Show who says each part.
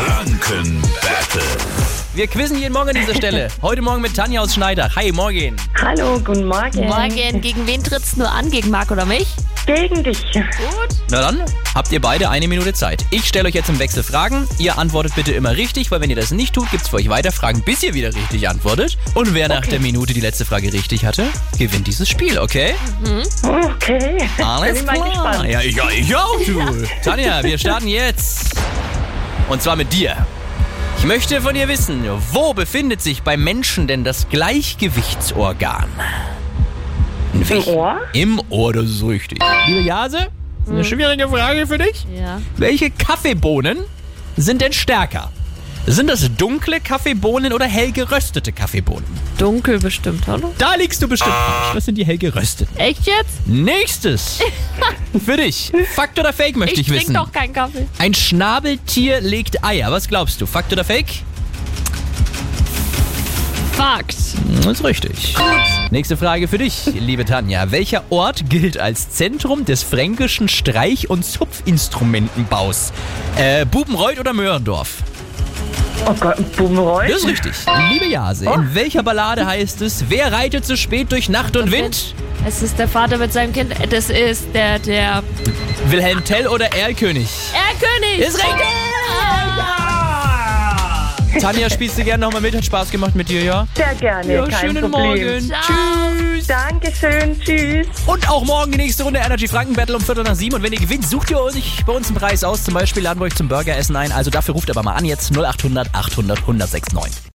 Speaker 1: Franken Battle.
Speaker 2: Wir quizzen jeden Morgen an dieser Stelle. Heute Morgen mit Tanja aus Schneidach. Hi, morgen.
Speaker 3: Hallo, guten Morgen.
Speaker 4: Morgen, gegen wen trittst du nur an? Gegen Marc oder mich?
Speaker 3: Gegen dich.
Speaker 2: Na dann, habt ihr beide eine Minute Zeit. Ich stelle euch jetzt im Wechsel Fragen. Ihr antwortet bitte immer richtig, weil wenn ihr das nicht tut, gibt's für euch weiter Fragen, bis ihr wieder richtig antwortet. Und wer nach der Minute die letzte Frage richtig hatte, gewinnt dieses Spiel, okay?
Speaker 3: Okay.
Speaker 2: Alles
Speaker 3: Bin mal
Speaker 2: klar.
Speaker 3: gespannt.
Speaker 2: Ja, ich, ja, ich auch, du. Tanja, wir starten jetzt. Und zwar mit dir. Ich möchte von dir wissen, wo befindet sich beim Menschen denn das Gleichgewichtsorgan? In welchem-
Speaker 3: Ohr?
Speaker 2: Im Ohr, das ist richtig. Liebe Jase, das ist eine schwierige Frage für dich.
Speaker 4: Hm. Ja.
Speaker 2: Welche Kaffeebohnen sind denn stärker? Sind das dunkle Kaffeebohnen oder hell geröstete Kaffeebohnen?
Speaker 4: Dunkel bestimmt, oder?
Speaker 2: Da liegst du bestimmt falsch. Das sind die hell gerösteten.
Speaker 4: Echt jetzt?
Speaker 2: Nächstes. Für dich. Fakt oder Fake möchte ich,
Speaker 4: Ich trinke
Speaker 2: wissen.
Speaker 4: doch keinen Kaffee.
Speaker 2: Ein Schnabeltier legt Eier. Was glaubst du? Fakt oder Fake?
Speaker 4: Fakt.
Speaker 2: Das Hm, ist richtig. Nächste Frage für dich, liebe Tanja. Welcher Ort gilt als Zentrum des fränkischen Streich- und Zupfinstrumentenbaus? Äh, Bubenreuth oder Möhrendorf?
Speaker 3: Oh Gott, Bumerol.
Speaker 2: Das ist richtig. Liebe Jase, in welcher Ballade heißt es, wer reitet zu spät durch Nacht und Wind?
Speaker 4: Es ist der Vater mit seinem Kind. Das ist der, der.
Speaker 2: Wilhelm Tell oder Erlkönig?
Speaker 4: Erlkönig!
Speaker 2: Ist richtig! Tanja, spielst du gerne nochmal mit? Hat Spaß gemacht mit dir, ja?
Speaker 3: Sehr gerne.
Speaker 2: Ja,
Speaker 3: kein
Speaker 2: schönen
Speaker 3: Problem.
Speaker 2: Morgen.
Speaker 4: Tschüss!
Speaker 3: Dankeschön. Tschüss.
Speaker 2: Und auch morgen die nächste Runde Energy Franken Battle um Viertel nach sieben. Und wenn ihr gewinnt, sucht ihr euch bei uns einen Preis aus. Zum Beispiel laden wir euch zum Burgeressen ein. Also dafür ruft aber mal an jetzt 0800 800 1069.